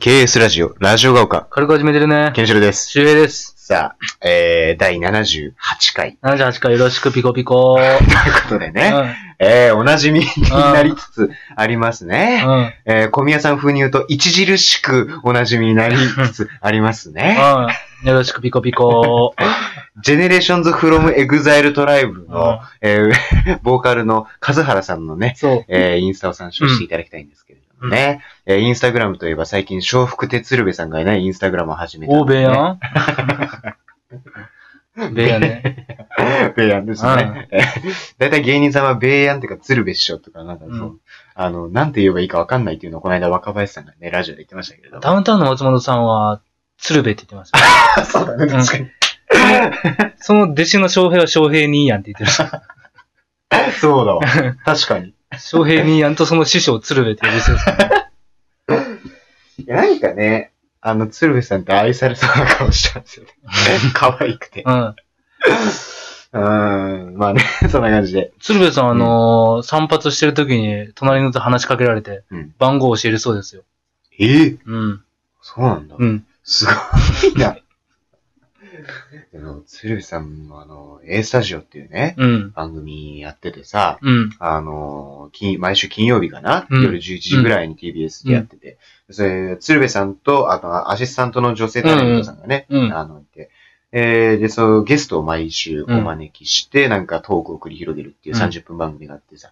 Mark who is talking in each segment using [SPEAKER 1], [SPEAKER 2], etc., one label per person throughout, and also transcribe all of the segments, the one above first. [SPEAKER 1] KS ラジオ、ラジオが丘、
[SPEAKER 2] 軽く始めてるね。
[SPEAKER 1] ケンシロウです。
[SPEAKER 2] 周平です。
[SPEAKER 1] さあ、えー、第78回。
[SPEAKER 2] 78回よろしくピコピコ。
[SPEAKER 1] ということで
[SPEAKER 2] う
[SPEAKER 1] ね、
[SPEAKER 2] ん
[SPEAKER 1] えー、お馴染みになりつつありますね。
[SPEAKER 2] うん。
[SPEAKER 1] えー、小宮さん風に言うと、著しくお馴染みになりつつありますね。
[SPEAKER 2] うん。よろしくピコピコ。
[SPEAKER 1] ジェネレーションズフロムエグザイルトライブの、えー、 ボーカルの数原さんのね、
[SPEAKER 2] そう。
[SPEAKER 1] えー、インスタを参照していただきたいんですけれどもね。えー、インスタグラムといえば最近、笑福哲鶴瓶さんがいないインスタグラムを始めたんでね、
[SPEAKER 2] 欧米や ん米やね。
[SPEAKER 1] ベイヤンですね。 だいたい芸人さんはベイヤンっていうか鶴瓶師匠とかなんかそう、
[SPEAKER 2] うん
[SPEAKER 1] あの、なんて言えばいいかわかんないっていうのをこの間若林さんがね、ラジオで言ってましたけれど
[SPEAKER 2] ダ
[SPEAKER 1] も。
[SPEAKER 2] ウンタウンの松本さんは、鶴瓶って言ってますよ。
[SPEAKER 1] そうだね、
[SPEAKER 2] うん
[SPEAKER 1] 確かに。
[SPEAKER 2] その弟子の翔平は翔平兄やんって言ってました。
[SPEAKER 1] そう だわ。確かに。
[SPEAKER 2] 翔平兄やんとその師匠鶴瓶って呼びそうですね。
[SPEAKER 1] いや、なんかね、あの、鶴瓶さんって愛されそうな顔したんですよね。 可愛くて。
[SPEAKER 2] うん。
[SPEAKER 1] うーん、まあね、 そんな感じで。
[SPEAKER 2] 鶴瓶さん、あのー散髪してる時に、隣の人話しかけられて
[SPEAKER 1] うん、
[SPEAKER 2] 番号教えるそうですよ。
[SPEAKER 1] えー
[SPEAKER 2] うん。
[SPEAKER 1] そうなんだ。
[SPEAKER 2] うん。
[SPEAKER 1] すごいな。あの、鶴瓶さんもあの、A スタジオっていうね、
[SPEAKER 2] うん。
[SPEAKER 1] 番組やっててさ、
[SPEAKER 2] うん。
[SPEAKER 1] あの、金、毎週金曜日かな、
[SPEAKER 2] うん
[SPEAKER 1] 夜11時ぐらいに TBS でやってて、それ、鶴瓶さんと、あと、アシスタントの女性タレントさんがね、
[SPEAKER 2] うんうん
[SPEAKER 1] あの、いて、えー、で、そのゲストを毎週お招きして、なんかトークを繰り広げるっていう
[SPEAKER 2] うん
[SPEAKER 1] 30分番組があってさ、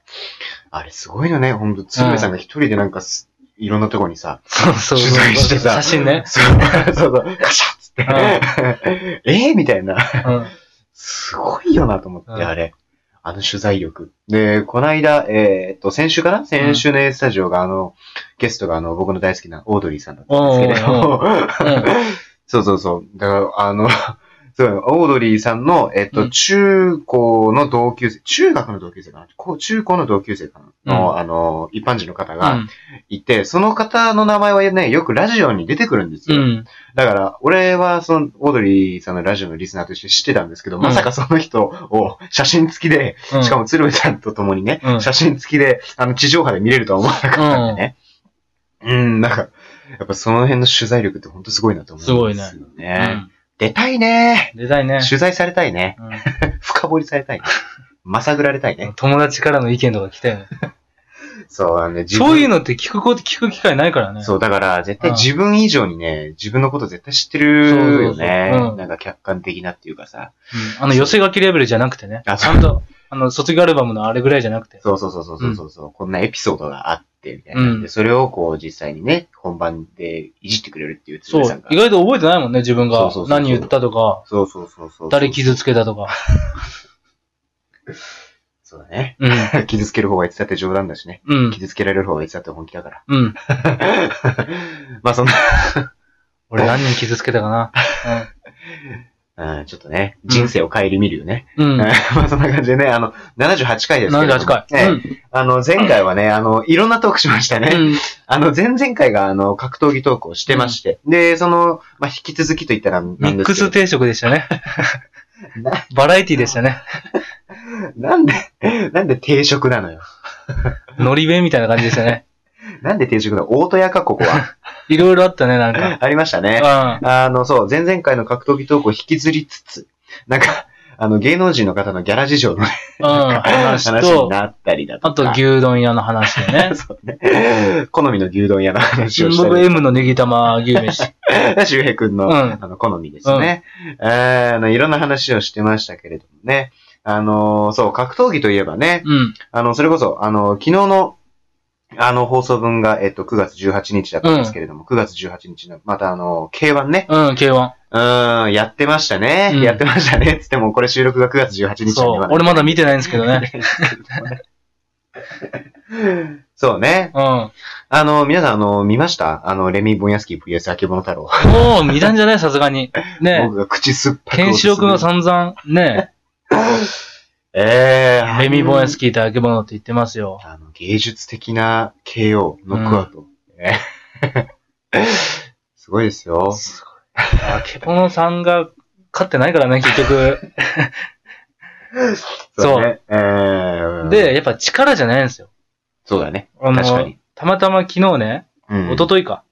[SPEAKER 1] あれすごいよね、ほんと、鶴瓶さんが一人でなんかす、いろんなとこにさ、
[SPEAKER 2] そうそうそう。
[SPEAKER 1] 取材してさ、
[SPEAKER 2] 写真ね。
[SPEAKER 1] そうそうそう、カシャッつって、 えーみたいな。
[SPEAKER 2] うん。
[SPEAKER 1] すごいよなと思って、
[SPEAKER 2] うん
[SPEAKER 1] あれ。あの取材力。で、この間、えーっと、先週かな先週の A スタジオが、あの、ゲストが、あの、僕の大好きなオードリーさんだったんですけれど、 そうそうそう。だから、あの、 そう、オードリーさんの、えーっ
[SPEAKER 2] う
[SPEAKER 1] と、
[SPEAKER 2] ん
[SPEAKER 1] 中高の同級生、中学の同級生かなこう中高の同級生かなの、
[SPEAKER 2] う
[SPEAKER 1] あの、一般人の方
[SPEAKER 2] う
[SPEAKER 1] が
[SPEAKER 2] ん。
[SPEAKER 1] いて、その方の名前はね、よくラジオに出てくるんです
[SPEAKER 2] う
[SPEAKER 1] よ。
[SPEAKER 2] ん。
[SPEAKER 1] だから、俺は、その、オードリーさんのラジオのリスナーとして知ってたんですけど、
[SPEAKER 2] うん
[SPEAKER 1] まさかその人を写真付きで、
[SPEAKER 2] うん
[SPEAKER 1] しかも鶴瓶ちゃんと共にね、
[SPEAKER 2] うん
[SPEAKER 1] 写真付きで、あの、地上波で見れるとは思わなかったんでね。うん、なんか、やっぱその辺の取材力って本当すごいなと思うんですよね。
[SPEAKER 2] うん
[SPEAKER 1] 出たいね。
[SPEAKER 2] デザインね。
[SPEAKER 1] 取材されたいね。
[SPEAKER 2] う
[SPEAKER 1] 深掘りされ たいね。まさぐられたいね
[SPEAKER 2] ん。友達からの意見とか来たよね。
[SPEAKER 1] そう、あのね、自分
[SPEAKER 2] そういうのって聞くこと、聞く機会ないからね。
[SPEAKER 1] そう、だから、絶対
[SPEAKER 2] うん
[SPEAKER 1] 自分以上にね、自分のこと絶対知って
[SPEAKER 2] そうそうそ
[SPEAKER 1] る
[SPEAKER 2] う
[SPEAKER 1] よね
[SPEAKER 2] う。ん
[SPEAKER 1] なんか客観的なっていうかさ。
[SPEAKER 2] うん。あの、寄せ書きレベルじゃなくてね。
[SPEAKER 1] あ
[SPEAKER 2] ちゃんと、あの、卒業アルバムのあれぐらいじゃなくて。
[SPEAKER 1] そうそうそうそうそうそう、うこんなエピソードがあって、みたいな、
[SPEAKER 2] うん
[SPEAKER 1] で。それをこう実際にね、本番でいじってくれるっていう
[SPEAKER 2] そ
[SPEAKER 1] 鶴瓶さん
[SPEAKER 2] う
[SPEAKER 1] が。。
[SPEAKER 2] 意外と覚えてないもんね、自分
[SPEAKER 1] そ
[SPEAKER 2] が
[SPEAKER 1] うそうそう。そう
[SPEAKER 2] 何言ったとか、
[SPEAKER 1] そうそうそうそう。
[SPEAKER 2] 誰傷つけたとか。
[SPEAKER 1] そうだね。
[SPEAKER 2] うん。
[SPEAKER 1] 傷つける方が言ってたって冗談だしね。
[SPEAKER 2] うん。
[SPEAKER 1] 傷つけられる方が言ってたって本気だから。
[SPEAKER 2] うん。
[SPEAKER 1] まあそんな、
[SPEAKER 2] 俺何人傷つけたかな。
[SPEAKER 1] うん、ちょっとね、人生を顧みるよね。
[SPEAKER 2] うん。うん。
[SPEAKER 1] まあそんな感じでね、あの、78回ですけれども。
[SPEAKER 2] 78回。
[SPEAKER 1] ええあの、前回はね、あの、いろんなトークしましたね。
[SPEAKER 2] うん。うん
[SPEAKER 1] あの、前々回が、あの、格闘技トークをしてまして。で、その、まあ、引き続きと言ったらなん
[SPEAKER 2] ミッ
[SPEAKER 1] です
[SPEAKER 2] ク
[SPEAKER 1] けど
[SPEAKER 2] ス定食でしたね
[SPEAKER 1] な。
[SPEAKER 2] バラエティでしたね。
[SPEAKER 1] なんで、なんで定食なのよ。
[SPEAKER 2] のり弁みたいな感じでしたね。
[SPEAKER 1] なんで定食なの大戸屋か、ここ は。
[SPEAKER 2] いろいろあったね、なんか。
[SPEAKER 1] ありましたね。あの、そう、前々回の格闘技トークを引きずりつつ、なんか、あの、芸能人の方のギャラ事情のね
[SPEAKER 2] うん。うん。話
[SPEAKER 1] 話
[SPEAKER 2] と
[SPEAKER 1] に、なったりだ
[SPEAKER 2] あ
[SPEAKER 1] と
[SPEAKER 2] と
[SPEAKER 1] か。。
[SPEAKER 2] 牛丼屋の話で ね
[SPEAKER 1] そうね。好みの牛丼屋の話をした
[SPEAKER 2] 僕
[SPEAKER 1] り。
[SPEAKER 2] M のネギ玉牛飯。
[SPEAKER 1] 周平くん
[SPEAKER 2] う
[SPEAKER 1] の、
[SPEAKER 2] ん。
[SPEAKER 1] あの、好みですね。えーあの、いろんな話をしてましたけれどもね。あの、そう、格闘技といえばね、
[SPEAKER 2] うん。
[SPEAKER 1] あの、それこそ、あの、昨日の、あの、放送分が、えっと、9月18日だったんですけれども、9月18日の、またあの、K1 ね、
[SPEAKER 2] うん、K1。
[SPEAKER 1] うーん、やってましたね、
[SPEAKER 2] うん
[SPEAKER 1] やってましたね、つっても、これ収録が9月18日
[SPEAKER 2] そう。俺まだ見てないんですけどね。
[SPEAKER 1] 俺そうね。
[SPEAKER 2] うん。
[SPEAKER 1] あの、皆さん、あの、見ましたあの、レミー・ボンヤスキー VS あけぼの太郎。
[SPEAKER 2] もう見たんじゃない さすがに。ね
[SPEAKER 1] 僕が口酸っぱく
[SPEAKER 2] ケンシロウ君が散々、ね
[SPEAKER 1] えー、
[SPEAKER 2] レミボーヤスキーとアケボノって言ってますよ。
[SPEAKER 1] あの、芸術的な KO、ノックアウト。ねすごいですよ。
[SPEAKER 2] アケボノさんが勝ってないからね、結局。
[SPEAKER 1] そうね。えー、
[SPEAKER 2] で、やっぱ力じゃないんですよ。
[SPEAKER 1] そうだね。
[SPEAKER 2] あ
[SPEAKER 1] 確か
[SPEAKER 2] の、
[SPEAKER 1] に。
[SPEAKER 2] たまたま昨日ね、
[SPEAKER 1] うん
[SPEAKER 2] 一昨日か、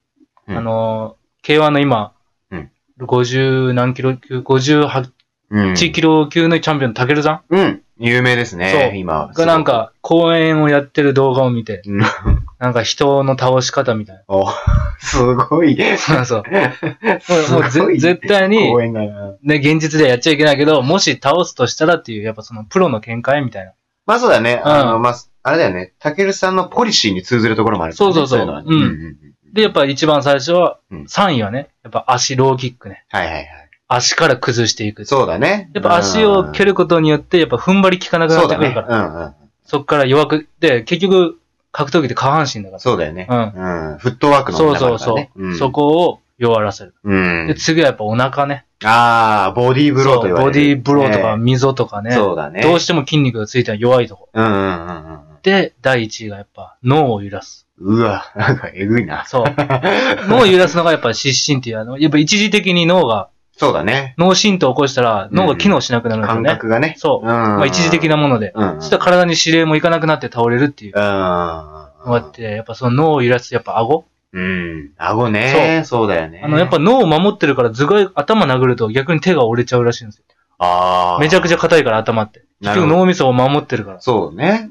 [SPEAKER 1] ううん
[SPEAKER 2] あの、K1 の今、
[SPEAKER 1] うん
[SPEAKER 2] 50何キロ級、58
[SPEAKER 1] うん。
[SPEAKER 2] キロ級のチャンピオン、たけるさん
[SPEAKER 1] うん。有名ですね
[SPEAKER 2] そ、う
[SPEAKER 1] 今。
[SPEAKER 2] がなんか、公演をやってる動画を見て、
[SPEAKER 1] すごく。うん
[SPEAKER 2] なんか人の倒し方みたい
[SPEAKER 1] お、 すごい。
[SPEAKER 2] な。 そうそう。もう
[SPEAKER 1] すご
[SPEAKER 2] ぜ
[SPEAKER 1] い
[SPEAKER 2] 絶対に
[SPEAKER 1] 公、演だな。
[SPEAKER 2] ね、現実ではやっちゃいけないけど、もし倒すとしたらっていう、やっぱそのプロの見解みたいな。
[SPEAKER 1] まあそうだね。あの、
[SPEAKER 2] うん
[SPEAKER 1] まあ、あれだよね。たけるさんのポリシーに通ずるところもあるからね、
[SPEAKER 2] そうそうそう
[SPEAKER 1] いのはね
[SPEAKER 2] うん
[SPEAKER 1] うんうんうん。
[SPEAKER 2] で、やっぱ一番最初は、
[SPEAKER 1] うん
[SPEAKER 2] 3位はね、やっぱ足ローキックね。
[SPEAKER 1] はいはいはい。
[SPEAKER 2] 足から崩していく。
[SPEAKER 1] そうだね。
[SPEAKER 2] やっぱ足を蹴
[SPEAKER 1] る
[SPEAKER 2] ることによって、やっぱ踏ん張り効かなくな
[SPEAKER 1] そ
[SPEAKER 2] っ
[SPEAKER 1] う
[SPEAKER 2] て
[SPEAKER 1] だ
[SPEAKER 2] く
[SPEAKER 1] ね。
[SPEAKER 2] るから。
[SPEAKER 1] うんうん。
[SPEAKER 2] そっから弱く、で、結局、格闘技って下半身だから。
[SPEAKER 1] そうだよね。
[SPEAKER 2] うん
[SPEAKER 1] ん。フットワークの
[SPEAKER 2] そう
[SPEAKER 1] 問題もある
[SPEAKER 2] そう
[SPEAKER 1] から
[SPEAKER 2] そう。
[SPEAKER 1] ね。ん
[SPEAKER 2] そ。こを弱らせる。
[SPEAKER 1] うん
[SPEAKER 2] で、。次はやっぱお腹ね。
[SPEAKER 1] ああ、ボディーブローと言われる。
[SPEAKER 2] そうボディーブローとか、
[SPEAKER 1] ね
[SPEAKER 2] 溝とかね。
[SPEAKER 1] そうだね。
[SPEAKER 2] どうしても筋肉がついては弱いとこ。
[SPEAKER 1] うんうんうんうんうん。
[SPEAKER 2] で、第1位がやっぱ脳を揺らす。
[SPEAKER 1] うわ、なんかえぐいな。
[SPEAKER 2] そう。脳を揺らすのがやっぱ失神っていう、あの、やっぱ一時的に脳が、
[SPEAKER 1] そうだね。
[SPEAKER 2] 脳震盪を起こしたら脳が機能しなくなるんですよ
[SPEAKER 1] 感
[SPEAKER 2] ね。
[SPEAKER 1] 覚がね。
[SPEAKER 2] そう。
[SPEAKER 1] ま
[SPEAKER 2] まあ一時的なもので。
[SPEAKER 1] うん。
[SPEAKER 2] そしたら体に指令もいかなくなって倒れるっていう
[SPEAKER 1] ら
[SPEAKER 2] のがあって、やっぱその脳を揺らす、やっぱ顎
[SPEAKER 1] うん。顎ね。そうだよね。
[SPEAKER 2] あの、やっぱ脳を守ってるから頭蓋、頭殴ると逆に手が折れちゃうらしいんですよ。
[SPEAKER 1] ああ。
[SPEAKER 2] めちゃくちゃ硬いから頭って。
[SPEAKER 1] な
[SPEAKER 2] 結
[SPEAKER 1] るほ
[SPEAKER 2] 局
[SPEAKER 1] ど
[SPEAKER 2] 脳みそを守ってるから。
[SPEAKER 1] そうね。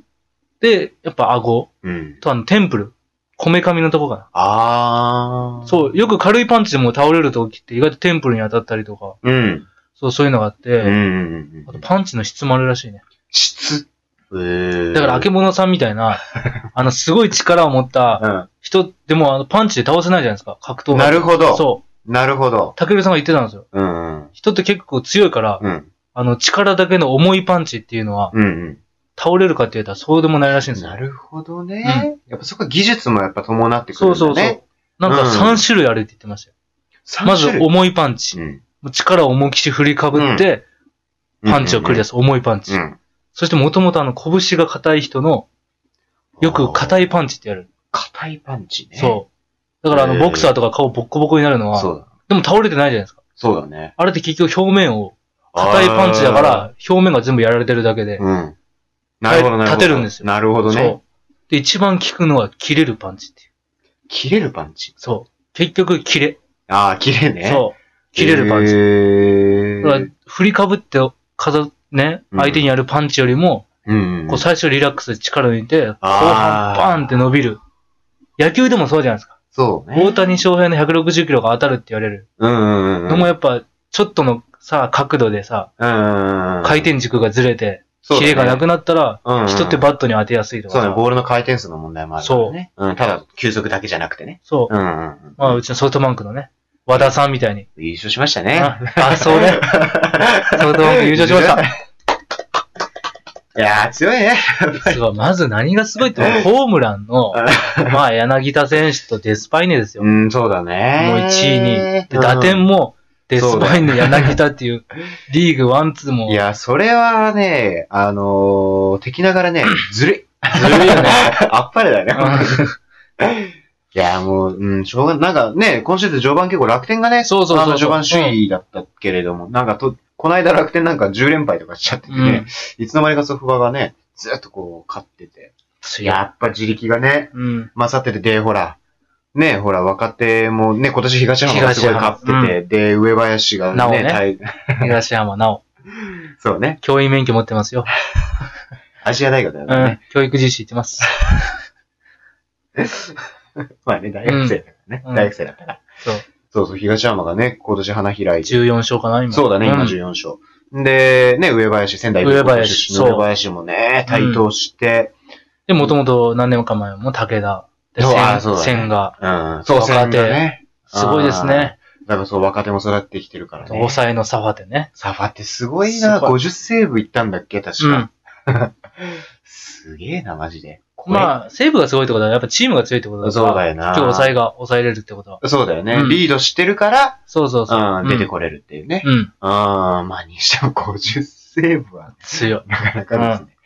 [SPEAKER 2] で、やっぱ顎
[SPEAKER 1] うん。
[SPEAKER 2] とあの、テンプル。こめかみのとこか
[SPEAKER 1] ああ。
[SPEAKER 2] な。そう、。よく軽いパンチでも倒れるときって意外とテンプルに当たったりとか、
[SPEAKER 1] うん。
[SPEAKER 2] そう、そういうのがあっ
[SPEAKER 1] うんうん
[SPEAKER 2] て、
[SPEAKER 1] うん
[SPEAKER 2] あ
[SPEAKER 1] う
[SPEAKER 2] と
[SPEAKER 1] ん。
[SPEAKER 2] パンチの質もあるらしいね。
[SPEAKER 1] 質。えー
[SPEAKER 2] だから、あけぼのさんみたいな、 あの、すごい力を持った人でも、あの、パンチで倒せないじゃないですか、格闘
[SPEAKER 1] うん。
[SPEAKER 2] 家
[SPEAKER 1] なるほど。
[SPEAKER 2] そ
[SPEAKER 1] なるほど
[SPEAKER 2] う。。たけるさんが言ってたんですよ。
[SPEAKER 1] うんうん。
[SPEAKER 2] 人って結構強いから、
[SPEAKER 1] うん。
[SPEAKER 2] あの、力だけの重いパンチっていうのは、
[SPEAKER 1] うんうん。
[SPEAKER 2] 倒れるかって言ったらそうでもないらしいんですよ。
[SPEAKER 1] なるほどね。やっぱそこは技術もやっぱ伴ってく
[SPEAKER 2] そ
[SPEAKER 1] る
[SPEAKER 2] うん
[SPEAKER 1] だ
[SPEAKER 2] そうそ
[SPEAKER 1] ね
[SPEAKER 2] う。。なん
[SPEAKER 1] う
[SPEAKER 2] か
[SPEAKER 1] ん
[SPEAKER 2] 3種類あるって言ってましたよ。
[SPEAKER 1] そう
[SPEAKER 2] まず、重いパンチ。
[SPEAKER 1] うん
[SPEAKER 2] 力を重きし振りかぶって、パンチを繰り出す、重いパンチ。
[SPEAKER 1] うん。
[SPEAKER 2] そしてもともとあの、拳が硬い人の、よく硬
[SPEAKER 1] い。
[SPEAKER 2] いパンチってやる。
[SPEAKER 1] 硬いパンチね。
[SPEAKER 2] そう。だからあ
[SPEAKER 1] へ
[SPEAKER 2] の、
[SPEAKER 1] ー
[SPEAKER 2] ボクサーとか顔ボッコボコになるのは、
[SPEAKER 1] そうだ。
[SPEAKER 2] でも倒れてないじゃないですか。
[SPEAKER 1] そうだね。
[SPEAKER 2] あれって結局表面を、硬いパンチだから、表面が全部やられてるだけで。
[SPEAKER 1] あー。うん。なるほど、なるほど。
[SPEAKER 2] 立てるんですよ
[SPEAKER 1] なるほどね。
[SPEAKER 2] そう。で、一番効くのは切れるパンチっていう。
[SPEAKER 1] 切れるパンチ。
[SPEAKER 2] そう。結局、切れ。
[SPEAKER 1] ああ、切れね。
[SPEAKER 2] そう。切れるパンチ。だから
[SPEAKER 1] へー
[SPEAKER 2] 振りかぶって、かざ、ね、
[SPEAKER 1] うん
[SPEAKER 2] 相手にやるパンチよりも、
[SPEAKER 1] うん。
[SPEAKER 2] こう最初リラックスで力抜いて、後
[SPEAKER 1] あ
[SPEAKER 2] 半
[SPEAKER 1] ー
[SPEAKER 2] バーンって伸びる。野球でもそうじゃないですか。
[SPEAKER 1] そうね。
[SPEAKER 2] 大谷翔平の160キロが当たるって言われる。
[SPEAKER 1] うんうんうん。
[SPEAKER 2] でもやっぱ、ちょっとのさ、角度でさ、
[SPEAKER 1] うん。
[SPEAKER 2] 回転軸がずれて、
[SPEAKER 1] そうだ
[SPEAKER 2] キ
[SPEAKER 1] ね、
[SPEAKER 2] レがなくなったら、
[SPEAKER 1] うんうん
[SPEAKER 2] 人ってバットに当てやすいと
[SPEAKER 1] そ
[SPEAKER 2] か
[SPEAKER 1] うだね、
[SPEAKER 2] さ。
[SPEAKER 1] ボールの回転数の問題もあるからね。うん、ただ、球速だけじゃなくてね。
[SPEAKER 2] そう
[SPEAKER 1] う。んうんうん。
[SPEAKER 2] まあ、うちのソフトバンクのね、和田さんみたいに。
[SPEAKER 1] 優勝しましたね。
[SPEAKER 2] あ、あそうね。ソフトバンク優勝しました。
[SPEAKER 1] いやー、強いね。
[SPEAKER 2] すごい。まず何がすごいって、ホームラン の、まあ、柳田選手とデスパイネですよ。
[SPEAKER 1] う、
[SPEAKER 2] もうん
[SPEAKER 1] そうだね。
[SPEAKER 2] 1位に。で、
[SPEAKER 1] うん
[SPEAKER 2] 打点も、デスパイネ、柳田っていう、リーグワン、ツーも、
[SPEAKER 1] いや、それはね、あのー、敵なが らね、ずるい。
[SPEAKER 2] ずるいよね。
[SPEAKER 1] あっぱれだね。
[SPEAKER 2] うん
[SPEAKER 1] いや、もう、うん、しょうがなんかね、今シーズン序盤結構楽天がね、
[SPEAKER 2] そうそうそうそう
[SPEAKER 1] あの序盤首位だったけれども、なんかと、この間楽天なんか10連敗とかしちゃっててね、いつの間にかソフバがね、ずっとこう、勝ってて。やっぱ自力がね、
[SPEAKER 2] うん。
[SPEAKER 1] 勝ってて、で、ほら、ね、ほら、若手もね、今年東山がすごい勝って
[SPEAKER 2] 東
[SPEAKER 1] て、で、上林が
[SPEAKER 2] なお
[SPEAKER 1] ね、
[SPEAKER 2] ね
[SPEAKER 1] 大
[SPEAKER 2] 東山なお、
[SPEAKER 1] そうね、
[SPEAKER 2] 教員免許持ってますよ。
[SPEAKER 1] アジア大学だ
[SPEAKER 2] う
[SPEAKER 1] からね
[SPEAKER 2] ん。。教育実習行ってます。
[SPEAKER 1] まあね、大学生だからね、
[SPEAKER 2] うん
[SPEAKER 1] 大学生だから。
[SPEAKER 2] そう。
[SPEAKER 1] そうそう、東山がね、今年花開いて。
[SPEAKER 2] 14勝かな、今。
[SPEAKER 1] そうだね、今
[SPEAKER 2] ん
[SPEAKER 1] 14勝。で、ね、上林、仙台育英
[SPEAKER 2] 上
[SPEAKER 1] 高
[SPEAKER 2] 林
[SPEAKER 1] 校出身の
[SPEAKER 2] そう
[SPEAKER 1] 上林もね、台頭して、
[SPEAKER 2] で、もともと何年か前も武田。で、
[SPEAKER 1] そうあそうだね
[SPEAKER 2] 千が、
[SPEAKER 1] うん、そう、
[SPEAKER 2] 若手
[SPEAKER 1] 仙台ね。
[SPEAKER 2] すごいですね。
[SPEAKER 1] だからそう、若手も育ってきてるからね。
[SPEAKER 2] 抑えのサファテね。
[SPEAKER 1] サファってすごいな、
[SPEAKER 2] すごい
[SPEAKER 1] 50セーブいったんだっけ、確
[SPEAKER 2] う
[SPEAKER 1] か。
[SPEAKER 2] ん。
[SPEAKER 1] すげえな、マジで。これ
[SPEAKER 2] まあ、西武がすごいってことは、やっぱチームが強いってことだから。
[SPEAKER 1] そうだよな
[SPEAKER 2] 今日抑えが抑えれるってことは。
[SPEAKER 1] そうだよね、
[SPEAKER 2] うん
[SPEAKER 1] リードしてるから、
[SPEAKER 2] そうそうそう。
[SPEAKER 1] うん、出てこれるっていうね。
[SPEAKER 2] うん。
[SPEAKER 1] うん、まあ、にしても50セーブは
[SPEAKER 2] 強い。
[SPEAKER 1] なかなかですね。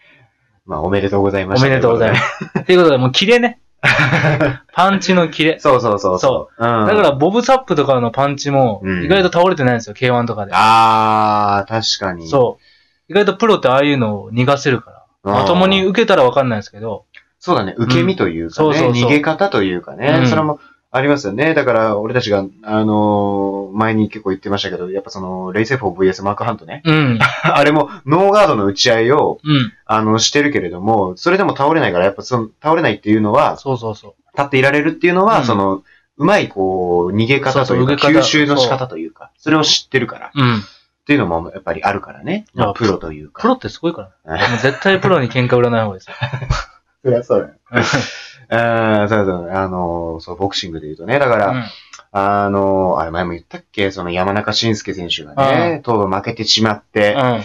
[SPEAKER 1] まあ、おめでとうございま
[SPEAKER 2] お
[SPEAKER 1] した。。
[SPEAKER 2] めでとうございますす。ということで、もうキ レね。パンチのキレ。
[SPEAKER 1] そうそうそうそう。うん
[SPEAKER 2] だから、、ボブサップとかのパンチも、
[SPEAKER 1] うん
[SPEAKER 2] 意外と倒れてないんですよ、K1 とかで。
[SPEAKER 1] あー、確かに。
[SPEAKER 2] そう。意外とプロってああいうのを逃がせるから。
[SPEAKER 1] うん
[SPEAKER 2] まともに受けたらわかんないですけど、
[SPEAKER 1] そうだね、受け身というかね、
[SPEAKER 2] うんそうそうそ
[SPEAKER 1] 逃
[SPEAKER 2] う
[SPEAKER 1] げ方というかね、
[SPEAKER 2] うん
[SPEAKER 1] それも、ありますよね。だから、俺たちが、あのー前に結構言ってましたけど、やっぱその、レイセフォー VS マークハントね。
[SPEAKER 2] うん。
[SPEAKER 1] あれも、ノーガードの打ち合いを、
[SPEAKER 2] うん。
[SPEAKER 1] あの、してるけれども、それでも倒れないから、やっぱその、倒れないっていうのは、
[SPEAKER 2] そうそうそ
[SPEAKER 1] 立っていられるっていうのは、
[SPEAKER 2] うん
[SPEAKER 1] その、うまい、こう、逃げ方というか、
[SPEAKER 2] そうそう逃げ方
[SPEAKER 1] 吸収の仕方というか、それを知ってるから、っ
[SPEAKER 2] う。うん。
[SPEAKER 1] ていうのもやっぱりあるからね。
[SPEAKER 2] いや
[SPEAKER 1] まあプロというか。
[SPEAKER 2] プロってすごいから
[SPEAKER 1] は
[SPEAKER 2] ね。もう絶対プロに喧嘩売らない方がいいですよ。
[SPEAKER 1] そりゃそうだよ。 あーそうそう。あのー、そう、ボクシングで言うとね、だから、あのー、あれ前も言ったっけその山中慎介選手がね、と負けてしまって、
[SPEAKER 2] うん。うん。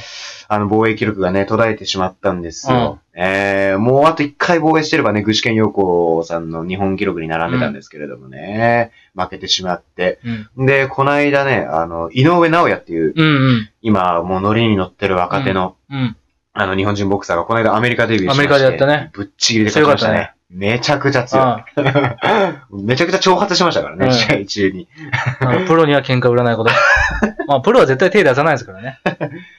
[SPEAKER 1] あの、防衛記録がね、途絶えてしまったんですよ。えー、もうあと一回防衛してればね、具志堅陽子さんの日本記録に並んでたんですけれどもね、負けてしまって、
[SPEAKER 2] うん。
[SPEAKER 1] で、この間ね、あの、井上直也っていう、
[SPEAKER 2] うん。
[SPEAKER 1] 今、もうノリに乗ってる若手の、
[SPEAKER 2] うん。
[SPEAKER 1] あの、日本人ボクサーがこの間アメリカデビューしまして
[SPEAKER 2] アメリカでやったね。
[SPEAKER 1] ぶっちぎりで勝ちましたね。
[SPEAKER 2] 強か
[SPEAKER 1] めちゃくちゃ強い。 めちゃくちゃ挑発しましたからね、
[SPEAKER 2] うん
[SPEAKER 1] 試合中に。
[SPEAKER 2] うんプロには喧嘩売らない こと。まあ、プロは絶対手出さないですからね。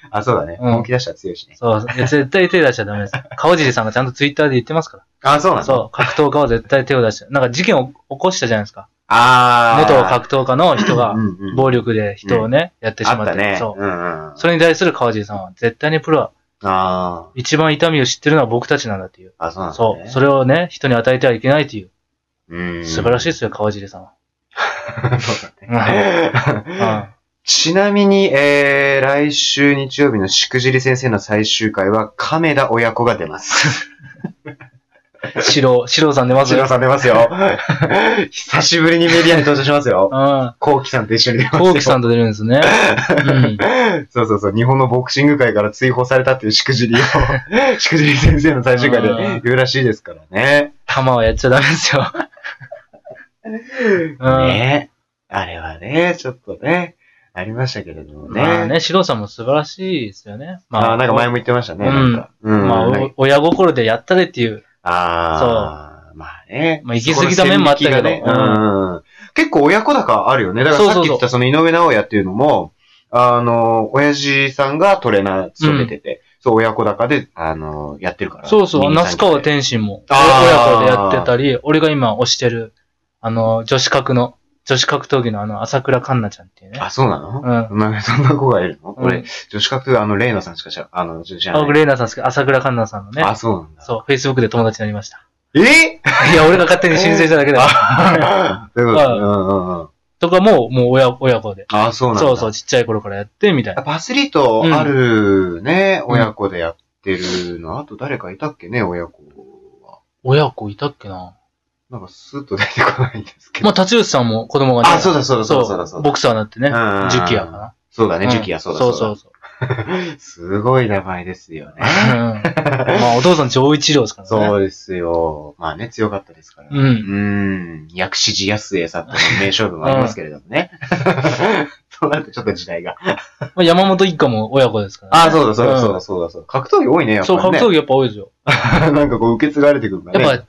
[SPEAKER 1] あ、そうだね。
[SPEAKER 2] うん
[SPEAKER 1] 本気出したら強いしね。
[SPEAKER 2] そう。いや絶対手出しちゃダメです。川尻さんがちゃんとツイッターで言ってますか
[SPEAKER 1] あ、そうな
[SPEAKER 2] ら。
[SPEAKER 1] の
[SPEAKER 2] そう。格闘家は絶対手を出しちゃ。なんか事件を起こしたじゃないですか。
[SPEAKER 1] あー。
[SPEAKER 2] 元格闘家の人が
[SPEAKER 1] うんうん
[SPEAKER 2] 暴力で人をね、やってし
[SPEAKER 1] あ
[SPEAKER 2] ま
[SPEAKER 1] っ
[SPEAKER 2] ったて。
[SPEAKER 1] ね。。
[SPEAKER 2] そ
[SPEAKER 1] ん
[SPEAKER 2] う
[SPEAKER 1] うん
[SPEAKER 2] う。。それに対する川尻さんは絶対にプロは
[SPEAKER 1] あー。
[SPEAKER 2] 一番痛みを知ってるのは僕たちなんだっていう。
[SPEAKER 1] あ、そうなんだ、
[SPEAKER 2] そ
[SPEAKER 1] ね。
[SPEAKER 2] う。それをね、人に与えてはいけないという。
[SPEAKER 1] うん。
[SPEAKER 2] 素晴らしいで
[SPEAKER 1] い。
[SPEAKER 2] すよ、川尻さんは。
[SPEAKER 1] そう
[SPEAKER 2] うん
[SPEAKER 1] だね。 ちなみに、えー、来週日曜日のしくじり先生の最終回は、亀田親子が出 ます。
[SPEAKER 2] うん白、白さん出ます
[SPEAKER 1] 千
[SPEAKER 2] よ
[SPEAKER 1] 郎。さん出ます よ。久しぶりにメディアに登場しますよ。
[SPEAKER 2] うん。
[SPEAKER 1] コウキさんと一緒に出ますよ。
[SPEAKER 2] コウキさんと出るんですね。うん。
[SPEAKER 1] そうそうそう、日本のボクシング界から追放されたっていうしくじ りを、しくじり先生の最終回で言うらしいですからね。
[SPEAKER 2] 弾はやっちゃダメですよ。うん。
[SPEAKER 1] ねあれはね、ちょっとね、ありましたけれどもね。
[SPEAKER 2] まあね、白さんも素晴らしいですよね。ま
[SPEAKER 1] あ
[SPEAKER 2] あ、
[SPEAKER 1] あ、なんか前も言ってましたね、なんか。うん。
[SPEAKER 2] まあ、
[SPEAKER 1] なん
[SPEAKER 2] お
[SPEAKER 1] か
[SPEAKER 2] 親心でやったれっていう。
[SPEAKER 1] ああ、まあね。
[SPEAKER 2] まあ行き過ぎた面もあったけど
[SPEAKER 1] そこの線引きがねうん結構親子高あるよね。だから
[SPEAKER 2] そ
[SPEAKER 1] さ
[SPEAKER 2] うそ
[SPEAKER 1] っ
[SPEAKER 2] う
[SPEAKER 1] き
[SPEAKER 2] そ
[SPEAKER 1] 言
[SPEAKER 2] う
[SPEAKER 1] ったその井上直也っていうのも、あの、親父さんがトレーナー務めてて、そう、親子高で、あの、やってるから。
[SPEAKER 2] そうそう、
[SPEAKER 1] 二人三
[SPEAKER 2] 那須川
[SPEAKER 1] 脚で
[SPEAKER 2] 天心も、
[SPEAKER 1] あー
[SPEAKER 2] 親子でやってたり、俺が今推してる、あの、女子格の、女子格闘技のあの、朝倉環奈ちゃんっていうね。
[SPEAKER 1] あ、そうなの。
[SPEAKER 2] うん
[SPEAKER 1] なんかそんな子がいるの
[SPEAKER 2] うん
[SPEAKER 1] 俺、女子格、あの、レイナさんしか知ら、あの、知ら
[SPEAKER 2] あ、
[SPEAKER 1] な
[SPEAKER 2] 僕、
[SPEAKER 1] い。
[SPEAKER 2] レイナさんですけど、朝倉環奈さんのね。
[SPEAKER 1] あ、そうなんだ。
[SPEAKER 2] そう、Facebook で友達になりま した。
[SPEAKER 1] え
[SPEAKER 2] いや、俺が勝手に申請しただ けだよ。
[SPEAKER 1] ということでうんうんうん。
[SPEAKER 2] とかも、もう親、親子で。
[SPEAKER 1] あ、そうなんだ。
[SPEAKER 2] そうそう、ちっちゃい頃からやって、みたい
[SPEAKER 1] や
[SPEAKER 2] な。
[SPEAKER 1] っぱアスリートあるね、親子でやってるの。あと誰かいたっけね、親子は。
[SPEAKER 2] 親子いたっけな
[SPEAKER 1] なんかスーッと出てこないんですけど。
[SPEAKER 2] まあ、達吉さんも子供がね。
[SPEAKER 1] あ、そうだそうだそうだそうだ
[SPEAKER 2] そ、
[SPEAKER 1] そううだ。
[SPEAKER 2] ボクサーになってね。
[SPEAKER 1] うん
[SPEAKER 2] ジュキアかな。
[SPEAKER 1] そうだね、
[SPEAKER 2] うん
[SPEAKER 1] ジュキアそうだそうだ。
[SPEAKER 2] そうそう
[SPEAKER 1] すごい名前ですよね。
[SPEAKER 2] そう。うんまあ、お父さん、上一郎ですからね。
[SPEAKER 1] そうですよ。まあね、強かったですから。
[SPEAKER 2] うん
[SPEAKER 1] ん。薬師寺康江さんとの名勝負もありますけれどもね。そうなるとちょっと時代が。
[SPEAKER 2] まあ、山本一家も親子ですから、ね。
[SPEAKER 1] あ、そうだそうだそう
[SPEAKER 2] う
[SPEAKER 1] だそうだそうだ。格闘技多いね、やっぱ
[SPEAKER 2] そう、
[SPEAKER 1] り
[SPEAKER 2] 格
[SPEAKER 1] ね。
[SPEAKER 2] 闘技やっぱ多いですよ。
[SPEAKER 1] 技。 なんかこう受け継がれてくるんだね。
[SPEAKER 2] やっぱ、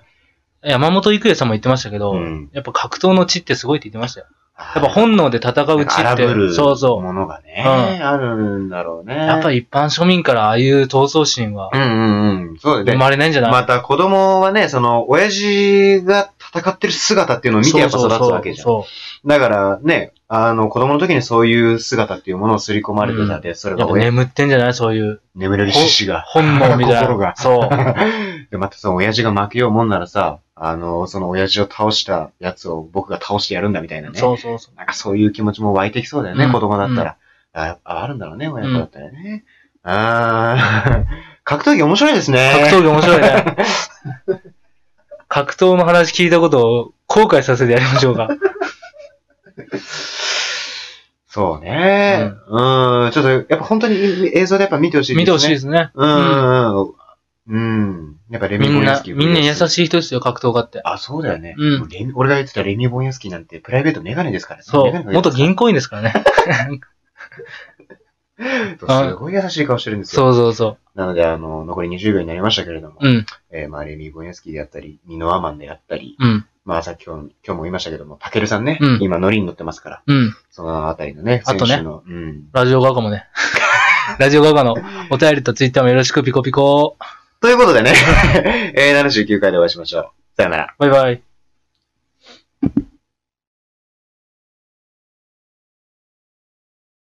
[SPEAKER 2] 山本郁恵さんも言ってましたけど、
[SPEAKER 1] うん
[SPEAKER 2] やっぱ格闘の血ってすごいって言ってましたよ。や
[SPEAKER 1] や
[SPEAKER 2] っぱ本能で戦う血
[SPEAKER 1] 荒
[SPEAKER 2] って
[SPEAKER 1] ぶ、る
[SPEAKER 2] そうそう。
[SPEAKER 1] ものがね、
[SPEAKER 2] うん
[SPEAKER 1] あるんだろうね。
[SPEAKER 2] やっぱ一般庶民からああいう闘争心は
[SPEAKER 1] うんうんうん。そうだ
[SPEAKER 2] 生
[SPEAKER 1] よね。
[SPEAKER 2] まれないんじゃない、
[SPEAKER 1] また子供はね、その、親父が戦ってる姿っていうのを見てやっぱ育つわけじゃん。
[SPEAKER 2] そうそう
[SPEAKER 1] だからね、あの、子供の時にそういう姿っていうものを刷り込まれてたで、それ
[SPEAKER 2] そう
[SPEAKER 1] が
[SPEAKER 2] やっぱ
[SPEAKER 1] 親、
[SPEAKER 2] 眠ってんじゃないそういう
[SPEAKER 1] 眠れる獅子が。
[SPEAKER 2] 本能みたいな。
[SPEAKER 1] 心が
[SPEAKER 2] そう。
[SPEAKER 1] で、またその親父が負けようもんならさ、あの、その親父を倒したやつを僕が倒してやるんだみたいなね。
[SPEAKER 2] そうそうそう。
[SPEAKER 1] なんかそういう気持ちも湧いてきそうだよね、
[SPEAKER 2] うん
[SPEAKER 1] 子供だった
[SPEAKER 2] うん
[SPEAKER 1] ら。あやっぱあるんだろうね、親子だったらね。あー、 格闘技面白いですね。
[SPEAKER 2] 格闘技面白いね。 格闘の話聞いたことを後悔させてやりま しょうか。
[SPEAKER 1] そうね。うん、ちょっと、やっぱ本当に映像でやっぱ見てほしいですね。
[SPEAKER 2] 見てほしいですね。
[SPEAKER 1] うん。うん。うん。やっぱレミ
[SPEAKER 2] み
[SPEAKER 1] ボ
[SPEAKER 2] ん
[SPEAKER 1] ンヤ
[SPEAKER 2] な
[SPEAKER 1] ス、キー。
[SPEAKER 2] みんな優
[SPEAKER 1] い。
[SPEAKER 2] しい人ですよ、格闘家って。
[SPEAKER 1] あ、そうだよね。
[SPEAKER 2] うん
[SPEAKER 1] もレミ俺が言ってたレミボンヤスキーなんてプライベートメガネですからね。
[SPEAKER 2] そ
[SPEAKER 1] メガネ
[SPEAKER 2] う。
[SPEAKER 1] が
[SPEAKER 2] 元銀行員ですからね。
[SPEAKER 1] すごい優しい顔してるんですよ。
[SPEAKER 2] そうそうそ
[SPEAKER 1] なので、あの、残り20秒になりましたけれども、
[SPEAKER 2] う。うん。
[SPEAKER 1] えーまあ、レミボンヤスキーであったり、ミノアマンであったり、
[SPEAKER 2] うん。
[SPEAKER 1] まあさっき今日今日も言いましたけども、たけるさんね、
[SPEAKER 2] うん
[SPEAKER 1] 今ノリに乗ってますから、
[SPEAKER 2] うん。
[SPEAKER 1] そのあたりのね、
[SPEAKER 2] あとね
[SPEAKER 1] 選手の、うん。
[SPEAKER 2] ラジオガガも ね。ラジオガガのお便りとツイッターもよろしくピコピコ。
[SPEAKER 1] ということでね、えー79回でお会いしましょう。さよなら。
[SPEAKER 2] バイバイ。